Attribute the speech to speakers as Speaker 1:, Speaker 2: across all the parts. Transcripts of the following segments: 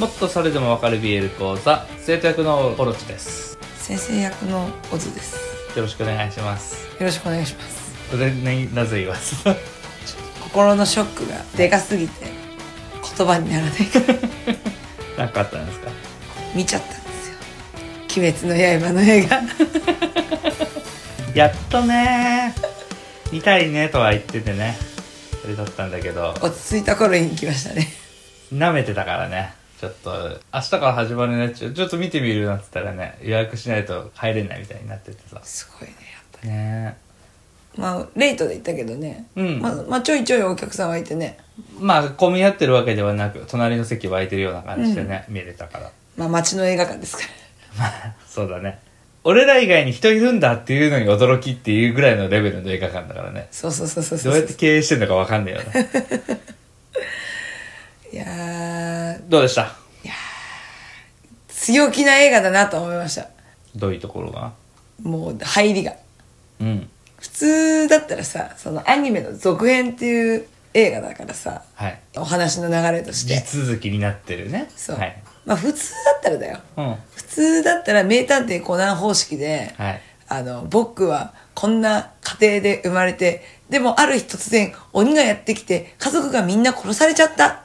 Speaker 1: もっとそれでもわかる BL 講座生徒役のオロチです
Speaker 2: 先生役のオズです
Speaker 1: よろしくお願いします
Speaker 2: よろしくお願いします
Speaker 1: それねなぜ言わず
Speaker 2: 心のショックがでかすぎて言葉にならないから
Speaker 1: なんかあったんですか
Speaker 2: 見ちゃったんですよ鬼滅の刃の映 画
Speaker 1: やっとね見たいねとは言っててねそれだったんだけど
Speaker 2: 落ち着いた頃に来ましたね
Speaker 1: 舐めてたからねちょっと明日から始まるねちょちょっと見てみるなんつったらね予約しないと入れないみたいになっててさ
Speaker 2: すごいねやっぱり
Speaker 1: ね
Speaker 2: まあレイトで行ったけどね、
Speaker 1: うん
Speaker 2: まあ、まあちょいちょいお客さんはいてね
Speaker 1: まあ混み合ってるわけではなく隣の席湧いてるような感じでね、見れたから
Speaker 2: まあ街の映画館ですから
Speaker 1: まあ そうだね俺ら以外に人いるんだっていうのに驚きっていうぐらいのレベルの映画館だからね
Speaker 2: そうそうそうそうそ
Speaker 1: ど
Speaker 2: う
Speaker 1: うやって経営してんのかわかんないよ ね
Speaker 2: いやー
Speaker 1: どうでした
Speaker 2: 強気な映画だなと思いました
Speaker 1: どういうところが
Speaker 2: もう入りが
Speaker 1: うん
Speaker 2: 普通だったらさそのアニメの続編っていう映画だからさ
Speaker 1: はい
Speaker 2: お話の流れとして
Speaker 1: 地続きになってるね
Speaker 2: そう、
Speaker 1: はい
Speaker 2: まあ普通だったらだよ
Speaker 1: うんは
Speaker 2: 普通だったら名探偵コナン方式で、
Speaker 1: はい
Speaker 2: あの僕はこんな家庭で生まれてでもある日突然鬼がやってきて家族がみんな殺されちゃった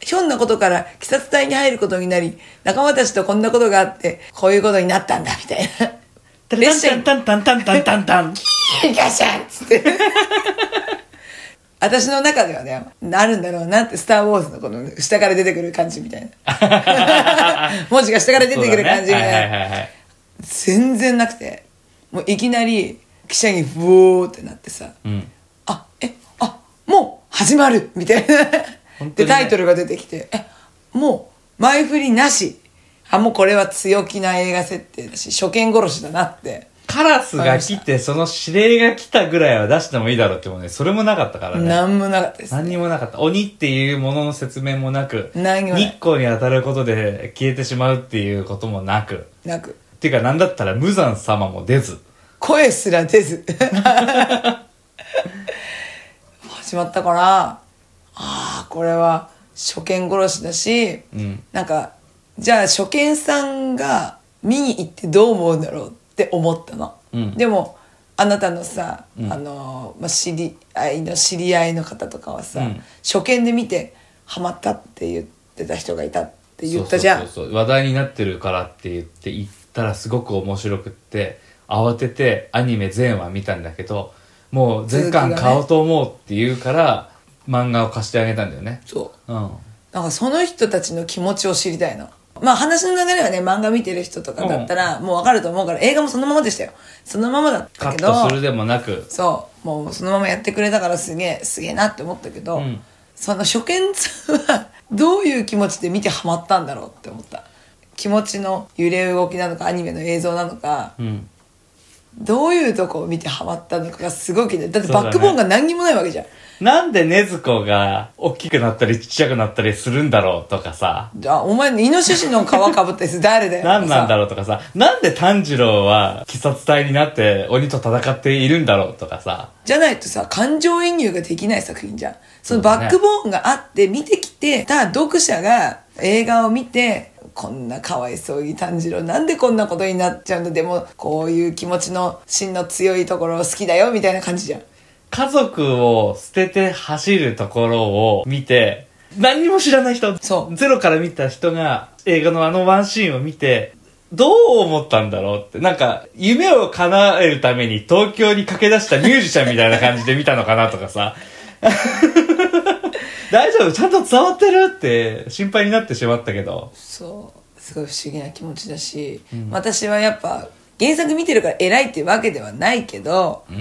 Speaker 2: ひょんなことから鬼殺隊に入ることになり仲間たちとこんなことがあってこういうことになったんだみたいな列車に
Speaker 1: タンタンタンタンタンタ ン
Speaker 2: ガシャンっ つって。私の中ではね、あるんだろうなって、スター・ウォーズのこの下から出てくる感じみたいな。 文字が下から出てくる感
Speaker 1: そうだね
Speaker 2: じみたいな。
Speaker 1: はいはいはいはい
Speaker 2: 全然なくて、もういきなり記者にブオーってなってさ、
Speaker 1: うん
Speaker 2: あ、え、あ、もう始まるみたいな。
Speaker 1: 本当
Speaker 2: で、
Speaker 1: にね
Speaker 2: タイトルが出てきて、え、もう前振りなし。あ、もうこれは強気な映画設定だし、初見殺しだなって。
Speaker 1: カラスが来てその指令が来たぐらいは出してもいいだろうってもねそれもなかったからね
Speaker 2: なんもなかったです。
Speaker 1: 何にもなかった鬼っていうものの説明もなく
Speaker 2: 何にもない
Speaker 1: 日光に当たることで消えてしまうっていうこともなく
Speaker 2: なく。
Speaker 1: っていうかなんだったら無惨様も出ず
Speaker 2: 声すら出ず始まったからああこれは初見殺しだし、
Speaker 1: うん
Speaker 2: なんかじゃあ初見さんが見に行ってどう思うんだろうって思ったの、
Speaker 1: うん
Speaker 2: でもあなたのさ、あのーまあ、知り合いの知り合いの方とかはさ、
Speaker 1: うん
Speaker 2: 初見で見てハマったって言ってた人がいたって言ったじゃん
Speaker 1: そうそうそうそう話題になってるからって言って行ったらすごく面白くって慌ててアニメ全話見たんだけどもう全巻買おうと思うって言うから、漫画を貸してあげたんだよね
Speaker 2: そう
Speaker 1: うん
Speaker 2: なんかその人たちの気持ちを知りたいの。まあ話の流れはね、漫画見てる人とかだったら、もうわかると思うから、映画もそのままでしたよ。そのままだっ
Speaker 1: カ
Speaker 2: たけ
Speaker 1: ッ
Speaker 2: ど、
Speaker 1: トするでもなく
Speaker 2: そう、もうそのままやってくれたからすげえ、すげえなって思ったけど、
Speaker 1: うん
Speaker 2: その初見さんは、どういう気持ちで見てハマったんだろうって思った。気持ちの揺れ動きなのか、アニメの映像なのか、
Speaker 1: うん
Speaker 2: どういうとこを見てハマったのかがすごい気になるだって
Speaker 1: そうだ
Speaker 2: バ
Speaker 1: ね
Speaker 2: ックボーンが何にもないわけじゃん。
Speaker 1: なんで禰豆子が大きくなったりちっちゃくなったりするんだろうとかさ
Speaker 2: じゃあ、お前、イノシシの皮かぶったやつ誰だよ。
Speaker 1: 何なんだ
Speaker 2: ろ
Speaker 1: ろうとかさ、なんで炭治郎は鬼殺隊になって鬼と戦っているんだろうとかさ、
Speaker 2: じゃないとさ、感情移入ができない作品じゃん。その
Speaker 1: そうだ
Speaker 2: バ
Speaker 1: ね
Speaker 2: ックボーンがあって見てきてた読者が映画を見て、こんなかわいそうに炭治郎なんでこんなことになっちゃうんだでもこういう気持ちの芯の強いところ好きだよみたいな感じじゃん
Speaker 1: 家族を捨てて走るところを見て、何にも知らない人、
Speaker 2: そう
Speaker 1: ゼロから見た人が映画のあのワンシーンを見て、どう思ったんだろうって、なんか、夢を叶えるために東京に駆け出したミュージシャンみたいな感じで見たのかなとか さ、大丈夫ちゃんと伝わってるって心配になってしまったけど。
Speaker 2: そうすごい不思議な気持ちだし、私はやっぱ原作見てるから偉いっていうわけではないけど、なん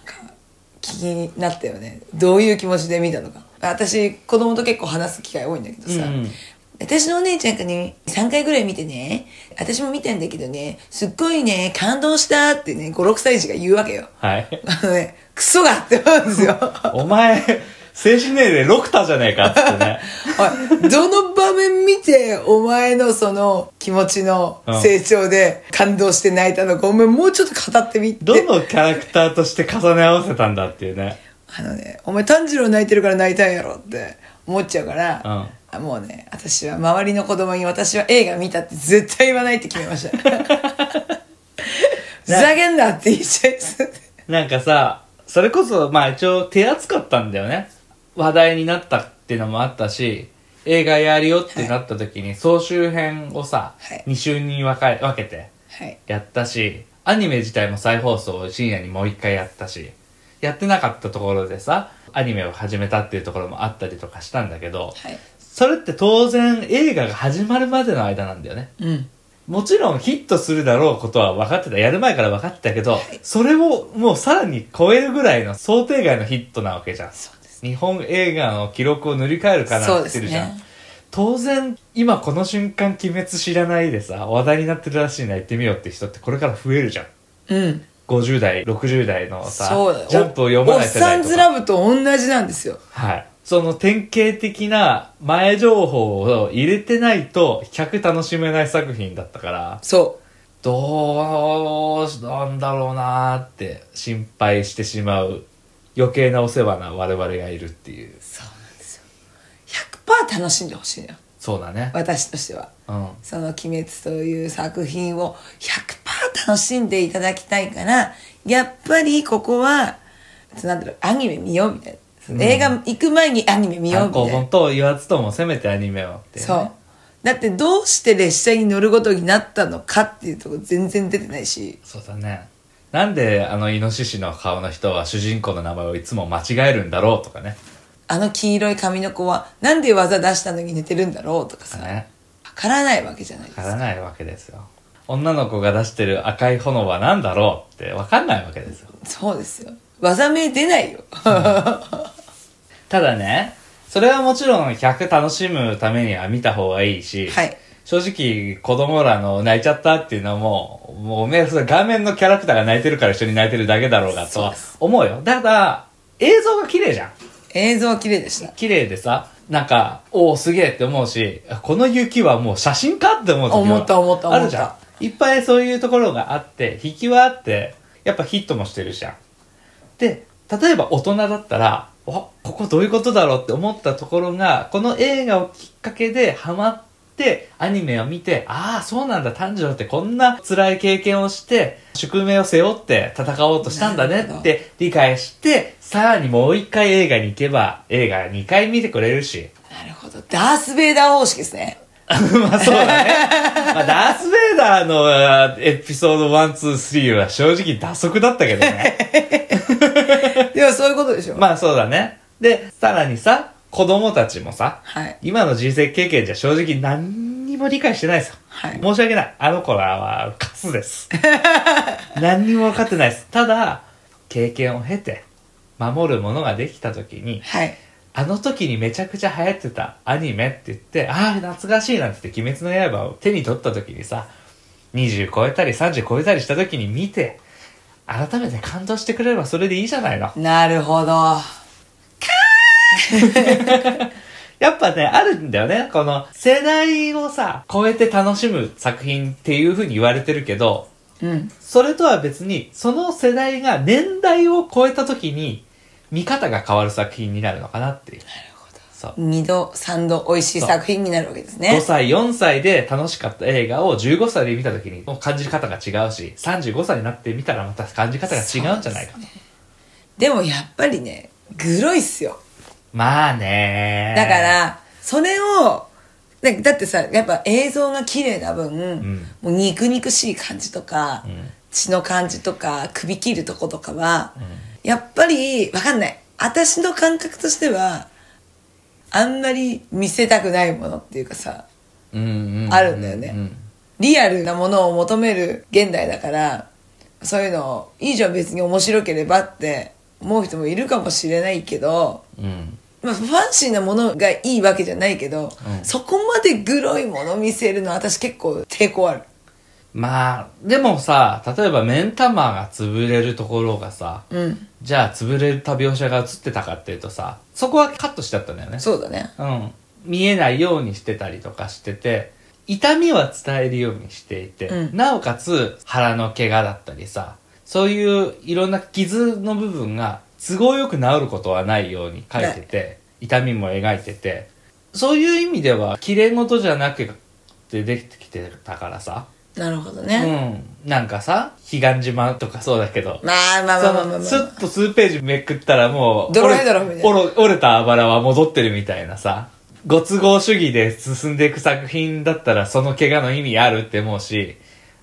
Speaker 2: か気になったよねどういう気持ちで見たのか私子供と結構話す機会多いんだけどさ、
Speaker 1: うんうん
Speaker 2: 私のお姉ちゃんがね3回ぐらい見てね私も見たんだけどねすっごいね感動したってね56歳児が言うわけよ
Speaker 1: はい。
Speaker 2: あのねクソがって思うんですよ
Speaker 1: お前、精神年齢6タじゃねえかっつってね。
Speaker 2: おいどの場面見てお前のその気持ちの成長で感動して泣いたのか、お前もうちょっと語ってみって
Speaker 1: どのキャラクターとして重ね合わせたんだっていうね。
Speaker 2: あのねお前炭治郎泣いてるから泣いたんやろって思っちゃうから、
Speaker 1: うん
Speaker 2: あもうね私は周りの子供に私は映画見たって絶対言わないって決め ましたふざけんなって言っちゃいそう
Speaker 1: なんかさ、それこそ、まあ一応手厚かったんだよね。話題になったっていうのもあったし、映画やるよってなった時に、総集編をさ、
Speaker 2: はい
Speaker 1: 2週に分か分けて
Speaker 2: はい
Speaker 1: やったし、アニメ自体も再放送を深夜にもう一回やったし、やってなかったところでさ、アニメを始めたっていうところもあったりとかしたんだけど、
Speaker 2: はい
Speaker 1: それって当然映画が始まるまでの間なんだよね。
Speaker 2: うん
Speaker 1: もちろんヒットするだろうことは分かってた。やる前から分かってたけど、それをもうさらに超えるぐらいの想定外のヒットなわけじゃん。日本映画の記録を塗り替えるかな
Speaker 2: そう
Speaker 1: っ
Speaker 2: で
Speaker 1: て
Speaker 2: す
Speaker 1: るじゃん。
Speaker 2: ね
Speaker 1: 当然、今この瞬間鬼滅知らないでさ、話題になってるらしいな、行ってみようって人ってこれから増えるじゃん。
Speaker 2: うん
Speaker 1: 50代、60代のさ
Speaker 2: そうだ、
Speaker 1: ジャンプを読まない世代
Speaker 2: おっ
Speaker 1: と
Speaker 2: さん
Speaker 1: か。
Speaker 2: ずラブと同じなんですよ
Speaker 1: はい。その典型的な前情報を入れてないと100楽しめない作品だったから。
Speaker 2: そ
Speaker 1: どうなんだろうなーって心配してしまう余計なお世話な我々がいるっていう
Speaker 2: うそうなんですよ100%楽しんでほしいのよ
Speaker 1: そうだね
Speaker 2: 私としては
Speaker 1: うん
Speaker 2: その「鬼滅」という作品を100%楽しんでいただきたいからやっぱりここはなんだろうアニメ見ようみたいなその映画行く前にアニメ見よ
Speaker 1: 単
Speaker 2: うみた
Speaker 1: 行
Speaker 2: いな、
Speaker 1: 本と言わずともせめてアニメをっていうね、
Speaker 2: そうだってどうして列車に乗ることになったのかっていうとこ全然出てないし
Speaker 1: そうだねなんであのイノシシの顔の人は主人公の名前をいつも間違えるんだろうとかね
Speaker 2: あの黄色い髪の子はなんで技出したのに寝てるんだろうとかさわ
Speaker 1: ね
Speaker 2: からないわけじゃないです
Speaker 1: わ
Speaker 2: か
Speaker 1: からないわけですよ女の子が出してる赤い炎は何だろうってわかんないわけですよ
Speaker 2: そうですよ技名出ないよ
Speaker 1: ただね、それはもちろん100楽しむためには見た方がいいし、
Speaker 2: はい
Speaker 1: 正直子供らの泣いちゃったっていうのはもう、もうおめえそれ画面のキャラクターが泣いてるから一緒に泣いてるだけだろうがと
Speaker 2: そう
Speaker 1: は
Speaker 2: です
Speaker 1: 思うよ。ただ、映像が綺麗じゃん。
Speaker 2: 映像は綺麗でした
Speaker 1: 綺麗でさ、なんか、おおすげえって思うし、この雪はもう写真かって思う時は
Speaker 2: 思った思った思った
Speaker 1: あるじゃん。いっぱいそういうところがあって、引きはあって、やっぱヒットもしてるじゃん。で、例えば大人だったら、おここどういうことだろうって思ったところが、この映画をきっかけでハマって、アニメを見て、ああ、そうなんだ、炭治郎ってこんな辛い経験をして、宿命を背負って戦おうとしたんだねってって理解して、さらにもう一回映画に行けば、映画2回見てくれるし。
Speaker 2: なるほどダース・ベイダー方式ですね
Speaker 1: まあそうだね。まあダース・ベイダーのあーエピソード1、2、3は正直打足だったけどね。
Speaker 2: でもそういうことでしょ、
Speaker 1: まあそうだね。で、さらにさ、子供たちもさ、
Speaker 2: はい
Speaker 1: 今の人生経験じゃ正直何にも理解してないですよ。
Speaker 2: はい
Speaker 1: 申し訳ない。あの子らはカス です。何にも分かってないです。ただ、経験を経て、守るものができた時に、
Speaker 2: はい
Speaker 1: あの時にめちゃくちゃ流行ってたアニメって言って、ああ、懐かしいなんて言って、鬼滅の刃を手に取った時にさ、20超えたり30超えたりした時に見て、改めて感動してくれればそれでいいじゃないの。
Speaker 2: なるほど
Speaker 1: やっぱね、あるんだよね。この世代をさ、超えて楽しむ作品っていう風に言われてるけど、
Speaker 2: うん
Speaker 1: それとは別に、その世代が年代を超えた時に、見方が変わる作品になるのかなっていう。なるほど。そう。
Speaker 2: 二度三度美味しい作品になるわけですね
Speaker 1: 5歳、4歳で楽しかった映画を15歳で見た時にもう感じ方が違うし、35歳になってみたらまた感じ方が違うんじゃないかと。
Speaker 2: でもやっぱりねグロいっすよ
Speaker 1: まあね
Speaker 2: だか、らそれをだだってさやっぱ映像が綺麗な分、もう肉々しい感じとか、血の感じとか首切るとことかは、やっぱりわかんない私の感覚としてはあんまり見せたくないものっていうかさ
Speaker 1: うんうんう
Speaker 2: あるんだよね、
Speaker 1: う
Speaker 2: リアルなものを求める現代だからそういうのをいいじゃん別に面白ければって思う人もいるかもしれないけど、
Speaker 1: うん。
Speaker 2: まあ、ファンシーなものがいいわけじゃないけど、
Speaker 1: うん
Speaker 2: そこまでグロいもの見せるの私結構抵抗ある
Speaker 1: まあ、でもさ、例えば目ん玉が潰れるところがさ、
Speaker 2: うん
Speaker 1: じゃあ潰れた描写が映ってたかっていうとさ、そこはカットしちゃったんだよね。
Speaker 2: そうだね
Speaker 1: うん、見えないようにしてたりとかしてて痛みは伝えるようにしていて、
Speaker 2: うん
Speaker 1: なおかつ腹の怪我だったりさそういういろんな傷の部分が都合よく治ることはないように書いてて痛みも描いててそういう意味では綺麗事じゃなくてできてきてたからさ
Speaker 2: なるほど
Speaker 1: う
Speaker 2: ね。
Speaker 1: んなんかさ「彼岸島」とかそうだけど
Speaker 2: まあまあまあまあまあ、ま
Speaker 1: その
Speaker 2: あ
Speaker 1: スッと数ページめくったらもう
Speaker 2: ドラ
Speaker 1: 折れ
Speaker 2: イドライみたいな
Speaker 1: 折れ折れたあばらは戻ってるみたいなさご都合主義で進んでいく作品だったらその怪我の意味あるって思うし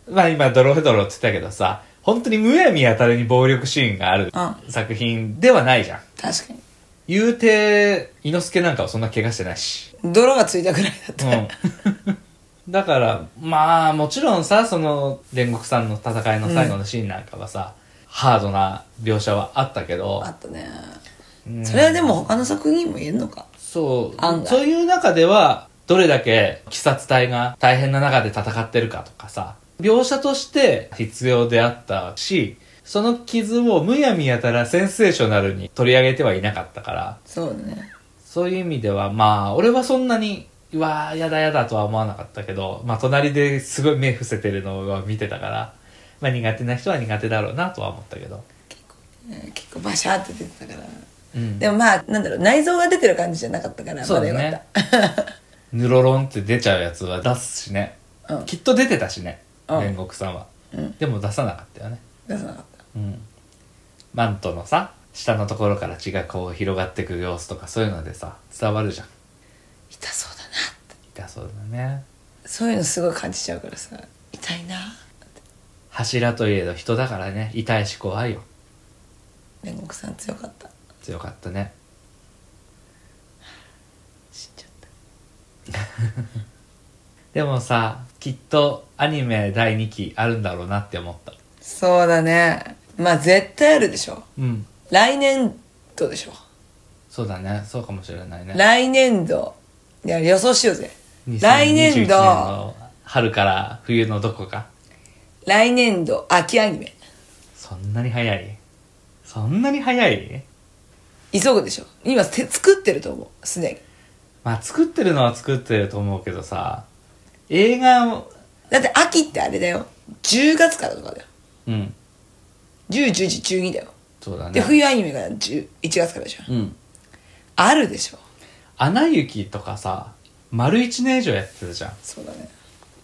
Speaker 1: まあ今ドロドロって言ったけどさ本当にむやみやたるに暴力シーンがある
Speaker 2: う
Speaker 1: 作品ではないじゃん
Speaker 2: 確かに。
Speaker 1: 言うて伊之助なんかはそんな怪我してないし
Speaker 2: 泥がついたぐらいだった。
Speaker 1: うん、 だからまあもちろんさその煉獄さんの戦いの最後のシーンなんかはさ、ハードな描写はあったけど
Speaker 2: あったね。それはでも他の作品も言えるのか。
Speaker 1: そう
Speaker 2: 案外
Speaker 1: そういう中ではどれだけ鬼殺隊が大変な中で戦ってるかとかさ描写として必要であったしその傷をむやみやたらセンセーショナルに取り上げてはいなかったから
Speaker 2: そうだね。
Speaker 1: そういう意味では、まあ、俺はそんなに、うわー、やだやだとは思わなかったけど、まあ、隣ですごい目伏せてるのは見てたから、まあ、苦手な人は苦手だろうなとは思ったけど。
Speaker 2: うん結構バシャーって出てたから。
Speaker 1: うん。
Speaker 2: でもまあ、なんだろう、内臓が出てる感じじゃなかったから、
Speaker 1: そうだ
Speaker 2: まよか
Speaker 1: ね
Speaker 2: っ。
Speaker 1: ぬろろんって出ちゃうやつは出すしね。
Speaker 2: うん
Speaker 1: きっと出てたしね。
Speaker 2: うん
Speaker 1: 煉獄さんは。
Speaker 2: うん
Speaker 1: でも出さなかったよね。
Speaker 2: た。出さなかった。
Speaker 1: うん。マントのさ、下のところから血がこう広がってく様子とかそういうのでさ、伝わるじゃん。
Speaker 2: 痛そうだなって。
Speaker 1: 痛そうだね。
Speaker 2: そういうのすごい感じちゃうからさ、痛いな
Speaker 1: 柱といえど人だからね、痛いし怖いよ。
Speaker 2: 煉獄さん強かった。
Speaker 1: 強かったね
Speaker 2: 死んじゃった。
Speaker 1: でもさきっとアニメ第2期あるんだろうなって思った
Speaker 2: そうだね。まあ絶対あるでしょ。
Speaker 1: うん
Speaker 2: 来年度でしょ。
Speaker 1: そうだねそうかもしれないね
Speaker 2: 来年度。いや、予想しようぜ。
Speaker 1: 2021
Speaker 2: 来年度、
Speaker 1: の春から冬のどこか
Speaker 2: 来年度、秋アニメ。
Speaker 1: そんなに早いそんなに早い
Speaker 2: 急ぐでしょ。今、て作ってると思う。すでに。
Speaker 1: まあ作ってるのは作ってると思うけどさ映画も
Speaker 2: だって秋ってあれだよ。10月からとかだよ。
Speaker 1: うん
Speaker 2: 10、11、12だよ。
Speaker 1: そうだね
Speaker 2: で、冬アニメが10 1月からでしょ。
Speaker 1: うん
Speaker 2: あるでしょ。
Speaker 1: 「アナ雪」とかさ丸1年以上やってたじゃん
Speaker 2: そうだね。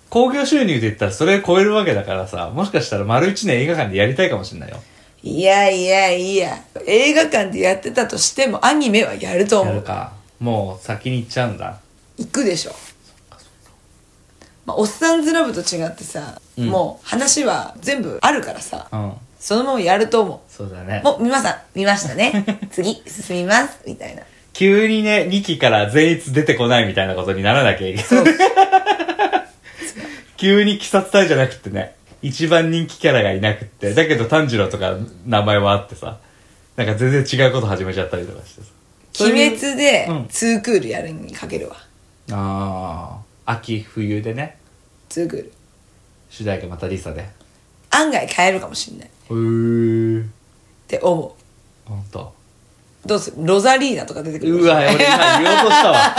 Speaker 1: 興行収入で言ったらそれ超えるわけだからさもしかしたら丸1年映画館でやりたいかもしれないよ
Speaker 2: いやいやいや。映画館でやってたとしても、アニメはやると
Speaker 1: や
Speaker 2: 思
Speaker 1: る
Speaker 2: う。
Speaker 1: かもう先に行っちゃうんだ
Speaker 2: 行くでしょ。まあ、おっさんずラブと違ってさ、
Speaker 1: うん
Speaker 2: もう話は全部あるからさ、
Speaker 1: うん
Speaker 2: そのままやると思う。
Speaker 1: そうだね
Speaker 2: もう皆さん見ました ね次進みますみたいな
Speaker 1: 急にね2期から全逸出てこないみたいなことにならなきゃいけない
Speaker 2: そう
Speaker 1: 急に鬼殺隊じゃなくってね一番人気キャラがいなくってだけど炭治郎とか名前はあってさなんか全然違うこと始めちゃったりとかしてさ
Speaker 2: 「鬼滅」で
Speaker 1: うん
Speaker 2: ツークールやるにかけるわ
Speaker 1: ああ秋冬でね
Speaker 2: ツークール
Speaker 1: 主題歌またリサでへ
Speaker 2: 案外変えるかもしんないっ
Speaker 1: え
Speaker 2: て思
Speaker 1: ほんと
Speaker 2: うどうするロザリーナとか出てくるかも
Speaker 1: う
Speaker 2: しん
Speaker 1: わ
Speaker 2: ない
Speaker 1: 俺今言おうとした わ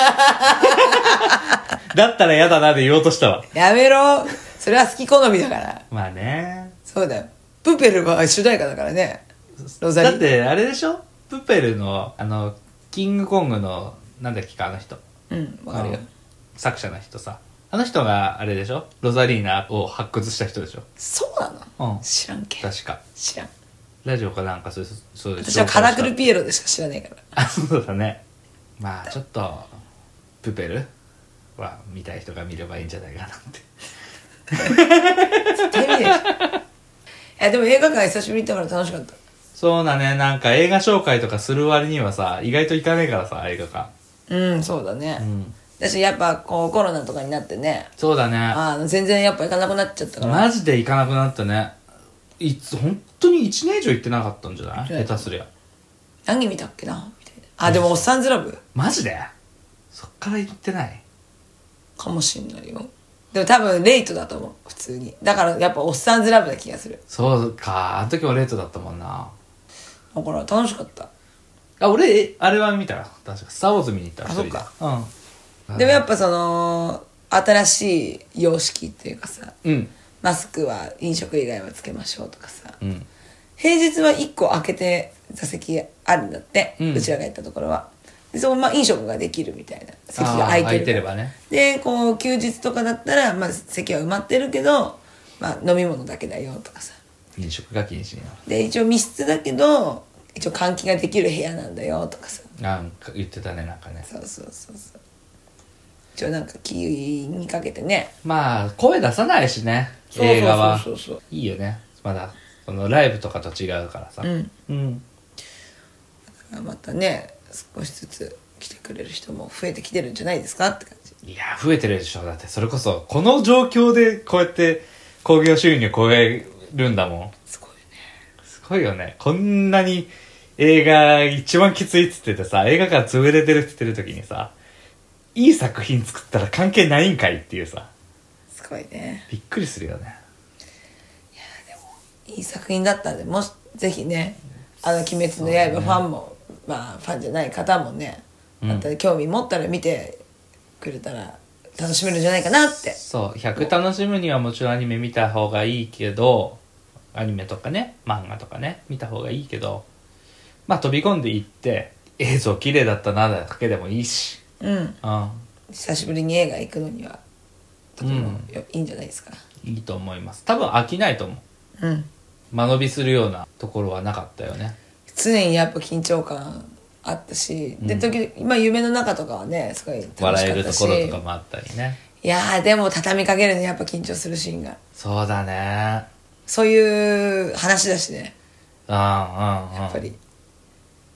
Speaker 1: だったら嫌だなで言おうとしたわ
Speaker 2: やめろそれは好き好みだから
Speaker 1: まあね
Speaker 2: そうだよプペルは主題歌だからねロザリー
Speaker 1: だっ
Speaker 2: ナ
Speaker 1: てあれでしょプペルのあのキングコングのなんだっけかあの人
Speaker 2: うんわかるよ
Speaker 1: あの作者の人さあの人があれでしょロザリーナを発掘した人でしょ
Speaker 2: そうなの、
Speaker 1: うん
Speaker 2: 知らんけ
Speaker 1: 確か
Speaker 2: 知らん
Speaker 1: ラジオかなんかそうですそうです
Speaker 2: 私はカラク
Speaker 1: 紹
Speaker 2: ル
Speaker 1: 介し
Speaker 2: ピエロでしか知らないから
Speaker 1: たあそうだねまあちょっとプペルは見たい人が見ればいいんじゃないかなって
Speaker 2: 絶対見ないでしょ いやでも映画館久しぶりに行ったから楽しかった
Speaker 1: そうだねなんか映画紹介とかする割にはさ意外と行かねえからさ映画館
Speaker 2: うんそうだね、
Speaker 1: ん
Speaker 2: だしやっぱこうコロナとかになってね
Speaker 1: そうだね
Speaker 2: あの全然やっぱ行かなくなっちゃったから、
Speaker 1: マジで行かなくなったねいつ本当に1年以上行ってなかったんじゃない
Speaker 2: うん
Speaker 1: 下手すりゃ
Speaker 2: 何見たっけなみたいなあでも「おっさんずラブ
Speaker 1: マジでそっから行ってない」
Speaker 2: かもしんないよでも多分レイトだと思う普通にだからやっぱ「おっさんずラブ」な気がする
Speaker 1: そうかあの時もレートだったもんな
Speaker 2: だから楽しかった
Speaker 1: あ俺えあれは見たら確か「スター・ウォーズ」見に行った
Speaker 2: あ
Speaker 1: 一人で
Speaker 2: そっ
Speaker 1: うん
Speaker 2: でもやっぱその新しい様式っていうかさ
Speaker 1: うん
Speaker 2: マスクは飲食以外はつけましょうとかさ、
Speaker 1: うん
Speaker 2: 平日は1個開けて座席あるんだって、
Speaker 1: う
Speaker 2: うんちらが行ったところはでそのまま飲食ができるみたいな席が
Speaker 1: あー
Speaker 2: 空いてる
Speaker 1: 空いてればね
Speaker 2: でこう休日とかだったら、まあ、席は埋まってるけど、まあ、飲み物だけだよとかさ
Speaker 1: 飲食が禁止にな
Speaker 2: で一応密室だけど一応換気ができる部屋なんだよとかさ
Speaker 1: るなんか言ってたねなんかね
Speaker 2: そうそうそうそう一応なんか気にかけてね
Speaker 1: まあ声出さないしね
Speaker 2: そうそうそうそう
Speaker 1: 映画は
Speaker 2: そう
Speaker 1: いいよねまだこのライブとかと違うからさ
Speaker 2: うん
Speaker 1: うん
Speaker 2: またね少しずつ来てくれる人も増えてきてるんじゃないですかって感じ
Speaker 1: いや増えてるでしょだってそれこそこの状況でこうやって興行収入超えるんだもん
Speaker 2: すごいね
Speaker 1: すごいよねこんなに映画一番きついっつっててさ映画館潰れてるって言ってる時にさいい作品作ったら関係ないんかいっていうさ
Speaker 2: すごいね
Speaker 1: びっくりするよね
Speaker 2: いい作品だったんでもしぜひね「あの鬼滅の刃」ファンも、まあファンじゃない方もね
Speaker 1: うん
Speaker 2: また興味持ったら見てくれたら楽しめるんじゃないかなって
Speaker 1: そう100楽しむにはもちろんアニメ見た方がいいけどアニメとかね漫画とかね見た方がいいけどまあ飛び込んでいって映像綺麗だったなだけでもいいし
Speaker 2: うん
Speaker 1: うん
Speaker 2: 久しぶりに映画行くのにはとてもよいいんじゃないですか
Speaker 1: いいと思います多分飽きないと思う
Speaker 2: うん
Speaker 1: 間延びするようなところはなかったよね
Speaker 2: 常にやっぱ緊張感あったし、で時々まあ夢の中とかはねすごい楽しかったし
Speaker 1: 笑えるところとかもあったりね
Speaker 2: いやーでも畳みかけるねやっぱ緊張するシーンが
Speaker 1: そうだね
Speaker 2: そういう話だしね
Speaker 1: うんうんうん
Speaker 2: やっぱり、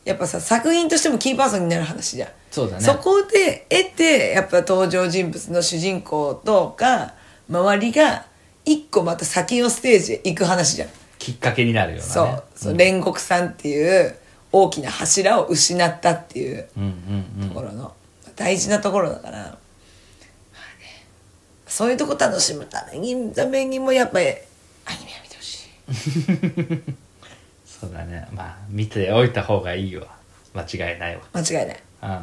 Speaker 2: やっぱさ作品としてもキーパーソンになる話じゃん
Speaker 1: そうだね
Speaker 2: そこで得てやっぱ登場人物の主人公とか周りが一個また先のステージへ行く話じゃん
Speaker 1: きっかけになるようなね
Speaker 2: そうそう煉獄さんっていう大きな柱を失ったっていう
Speaker 1: うんうんう
Speaker 2: と
Speaker 1: ん
Speaker 2: ころの、大事なところだから、まあね、そういうとこ楽しむためにためにもやっぱりアニメは見てほしい
Speaker 1: そうだねまあ見ておいた方がいいわ間違いないわ
Speaker 2: 間違いない
Speaker 1: うん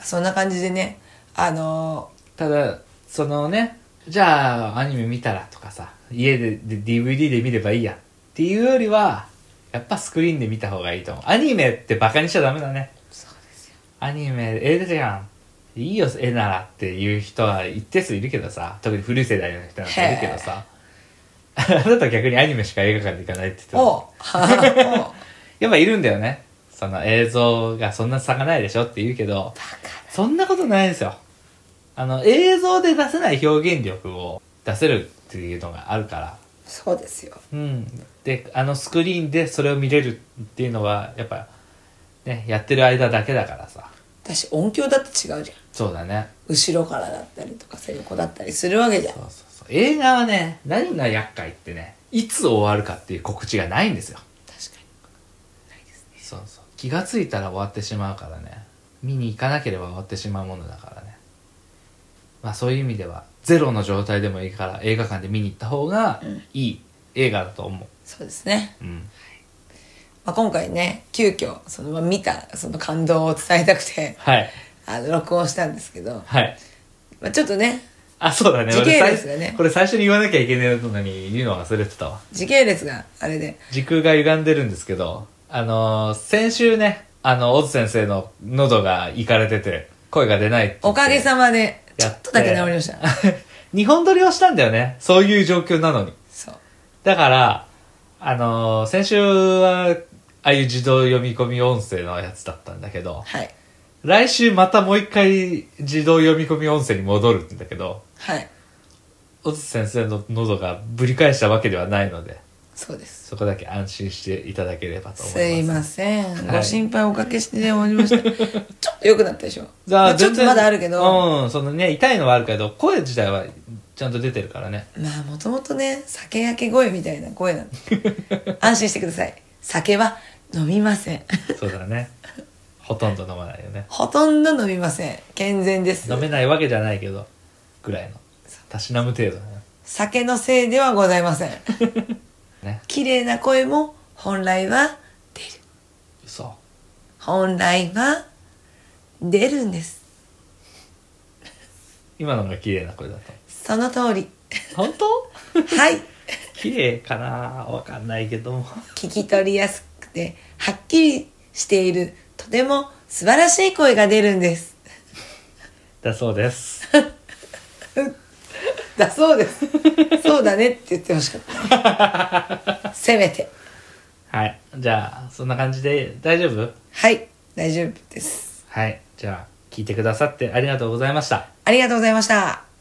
Speaker 2: そんな感じでねあの
Speaker 1: ただそのねじゃあアニメ見たらとかさ家でで DVD で見ればいいやっていうよりはやっぱスクリーンで見た方がいいと思うアニメってバカにしちゃダメだね
Speaker 2: そうですよ
Speaker 1: アニメ映画じゃんいいよ絵ならっていう人は一定数いるけどさ特に古い世代の人なんかいるけどさあなたは逆にアニメしか映画館で行かないって言ってた
Speaker 2: おうおう
Speaker 1: やっぱいるんだよねその映像がそんな差がないでしょって言うけどそんなことないですよあの映像で出せない表現力を出せるっていうのがあるから
Speaker 2: そうですよ
Speaker 1: うんであのスクリーンでそれを見れるっていうのはやっぱねやってる間だけだからさ
Speaker 2: 私音響だって違うじゃん
Speaker 1: そうだね
Speaker 2: 後ろからだったりとかさ横だったりするわけじゃん
Speaker 1: そうそうそう映画はね何が厄介ってねいつ終わるかっていう告知がないんですよ
Speaker 2: 確かに
Speaker 1: そうそう気がついたら終わってしまうからね見に行かなければ終わってしまうものだからねまあそういう意味ではゼロの状態でもいいから映画館で見に行った方がいい映画だと思
Speaker 2: そうですね、
Speaker 1: ううん
Speaker 2: まあ、今回ね急遽そのまあ見たその感動を伝えたくて
Speaker 1: はい
Speaker 2: あの録音したんですけど、
Speaker 1: はい
Speaker 2: まあ、ちょっとね
Speaker 1: あそうだね
Speaker 2: 時系
Speaker 1: 俺
Speaker 2: 列が
Speaker 1: 最
Speaker 2: ね
Speaker 1: これ最初に言わなきゃいけないのに言うの忘れてたわ
Speaker 2: 時系列があれで
Speaker 1: 時空が歪んでるんですけどあのー先週ねあのオズ先生の喉がいかれてて声が出ないって言って
Speaker 2: おかげさまでちょ
Speaker 1: や
Speaker 2: っとだけ治りました
Speaker 1: た 日本撮りをしたんだよねそういう状況なのに
Speaker 2: そう
Speaker 1: だからあのー先週はああいう自動読み込み音声のやつだったんだけど
Speaker 2: はい
Speaker 1: 来週またもう一回自動読み込み音声に戻るんだけど
Speaker 2: はい
Speaker 1: 小津先生の喉がぶり返したわけではないので
Speaker 2: そうです
Speaker 1: そこだけ安心していただければと思
Speaker 2: すい
Speaker 1: います
Speaker 2: ません、
Speaker 1: はい
Speaker 2: ご心配おかけしてね終 わりましたちょっと良くなったでしょ
Speaker 1: じゃ
Speaker 2: ま
Speaker 1: あ
Speaker 2: あちょっとまだあるけど、
Speaker 1: うんそのね痛いのはあるけど声自体はちゃんと出てるからね
Speaker 2: まあもともとね酒焼け声みたいな声なん で安心してください酒は飲みません
Speaker 1: そうだねほとんど飲まないよね
Speaker 2: ほとんど飲みません健全です
Speaker 1: 飲めないわけじゃないけどぐらいのたしなむ程度ね
Speaker 2: 酒のせいではござい ません
Speaker 1: ね
Speaker 2: 綺麗な声も本来は出る
Speaker 1: 嘘
Speaker 2: 本来は出るんです
Speaker 1: 今のが綺麗な声だと
Speaker 2: その通 り
Speaker 1: 本当
Speaker 2: はい
Speaker 1: 綺麗かなわかんないけども
Speaker 2: 聞き取りやすくてはっきりしているとても素晴らしい声が出るんです。
Speaker 1: だそうです。
Speaker 2: だそうです。 そうだねって言ってほしか った。せめて。
Speaker 1: はい。じゃあ、そんな感じで大丈夫
Speaker 2: はい、大丈夫です。
Speaker 1: はい。じゃあ、聞いてくださってありがとうございました。
Speaker 2: ありがとうございました。